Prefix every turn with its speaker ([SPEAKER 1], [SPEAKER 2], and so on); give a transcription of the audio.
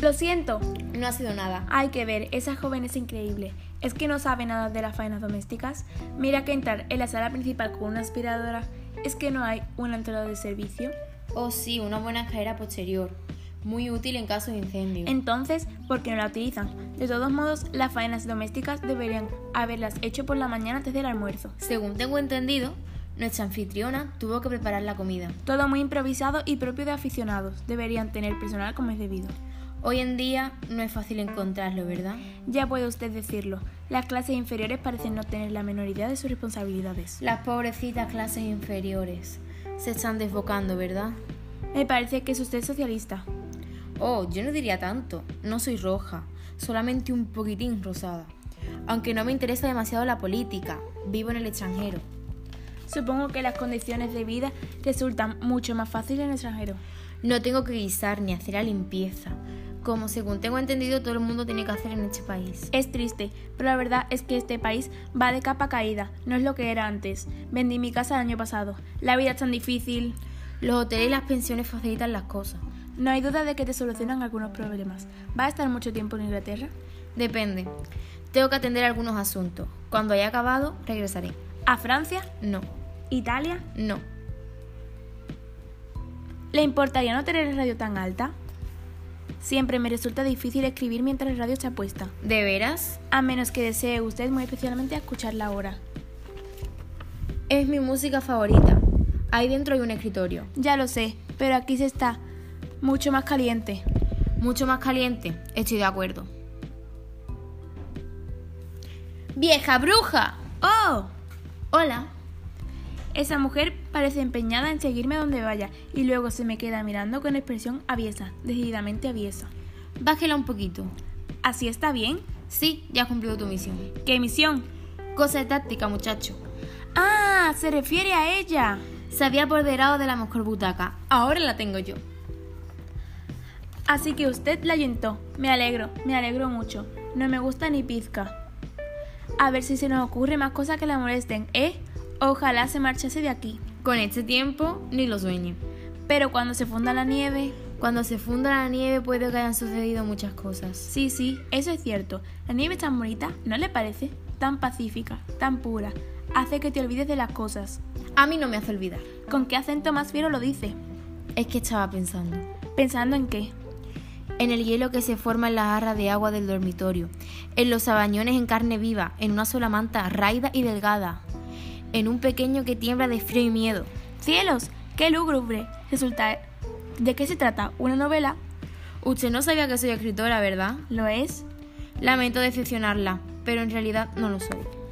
[SPEAKER 1] Lo siento.
[SPEAKER 2] No ha sido nada.
[SPEAKER 1] Hay que ver, esa joven es increíble. ¿Es que no sabe nada de las faenas domésticas? Mira que entrar en la sala principal con una aspiradora, ¿es que no hay una entrada de servicio?
[SPEAKER 2] Oh, sí, una buena escalera posterior. Muy útil en caso de incendio.
[SPEAKER 1] Entonces, ¿por qué no la utilizan? De todos modos, las faenas domésticas deberían haberlas hecho por la mañana antes del almuerzo.
[SPEAKER 2] Según tengo entendido, nuestra anfitriona tuvo que preparar la comida.
[SPEAKER 1] Todo muy improvisado y propio de aficionados. Deberían tener personal como es debido.
[SPEAKER 2] Hoy en día no es fácil encontrarlo, ¿verdad?
[SPEAKER 1] Ya puede usted decirlo. Las clases inferiores parecen no tener la menor idea de sus responsabilidades.
[SPEAKER 2] Las pobrecitas clases inferiores se están desbocando, ¿verdad?
[SPEAKER 1] Me parece que es usted socialista.
[SPEAKER 2] Oh, yo no diría tanto. No soy roja, solamente un poquitín rosada. Aunque no me interesa demasiado la política, vivo en el extranjero.
[SPEAKER 1] Supongo que las condiciones de vida resultan mucho más fáciles en el extranjero.
[SPEAKER 2] No tengo que guisar ni hacer la limpieza, como según tengo entendido todo el mundo tiene que hacer en este país.
[SPEAKER 1] Es triste, pero la verdad es que este país va de capa caída, no es lo que era antes. Vendí mi casa el año pasado. La vida es tan difícil.
[SPEAKER 2] Los hoteles y las pensiones facilitan las cosas.
[SPEAKER 1] No hay duda de que te solucionan algunos problemas. ¿Va a estar mucho tiempo en Inglaterra?
[SPEAKER 2] Depende. Tengo que atender algunos asuntos. Cuando haya acabado, regresaré.
[SPEAKER 1] ¿A Francia?
[SPEAKER 2] No.
[SPEAKER 1] ¿Italia?
[SPEAKER 2] No.
[SPEAKER 1] ¿Le importaría no tener el radio tan alta? Siempre me resulta difícil escribir mientras el radio está puesta.
[SPEAKER 2] ¿De veras?
[SPEAKER 1] A menos que desee usted muy especialmente escucharla ahora.
[SPEAKER 2] Es mi música favorita. Ahí dentro hay un escritorio.
[SPEAKER 1] Ya lo sé, pero aquí se está mucho más caliente.
[SPEAKER 2] Mucho más caliente. Estoy de acuerdo. ¡Vieja bruja!
[SPEAKER 1] ¡Oh!
[SPEAKER 2] Hola.
[SPEAKER 1] Esa mujer parece empeñada en seguirme a donde vaya y luego se me queda mirando con expresión aviesa, decididamente aviesa.
[SPEAKER 2] Bájela un poquito.
[SPEAKER 1] ¿Así está bien?
[SPEAKER 2] Sí, ya has cumplido tu misión.
[SPEAKER 1] ¿Qué misión?
[SPEAKER 2] Cosa de táctica, muchacho.
[SPEAKER 1] Ah, se refiere a ella.
[SPEAKER 2] Se había apoderado de la mejor butaca. Ahora la tengo yo.
[SPEAKER 1] Así que usted la ayuntó. Me alegro, me alegro mucho. No me gusta ni pizca. A ver si se nos ocurre más cosas que la molesten, ¿eh? Ojalá se marchase de aquí.
[SPEAKER 2] Con este tiempo, ni lo sueñe.
[SPEAKER 1] Pero cuando se funda la nieve...
[SPEAKER 2] Cuando se funda la nieve puede que hayan sucedido muchas cosas.
[SPEAKER 1] Sí, sí, eso es cierto. La nieve es tan bonita, ¿no le parece? Tan pacífica, tan pura. Hace que te olvides de las cosas.
[SPEAKER 2] A mí no me hace olvidar.
[SPEAKER 1] ¿Con qué acento más fiero lo dice?
[SPEAKER 2] Es que estaba pensando.
[SPEAKER 1] ¿Pensando en qué?
[SPEAKER 2] en el hielo que se forma en la jarra de agua del dormitorio, en los sabañones en carne viva, en una sola manta raida y delgada, en un pequeño que tiembla de frío y miedo.
[SPEAKER 1] ¡Cielos! ¡Qué lúgubre! Resulta... ¿De qué se trata? ¿Una novela?
[SPEAKER 2] Usted no sabía que soy escritora, ¿verdad?
[SPEAKER 1] ¿Lo es?
[SPEAKER 2] Lamento decepcionarla, pero en realidad no lo soy.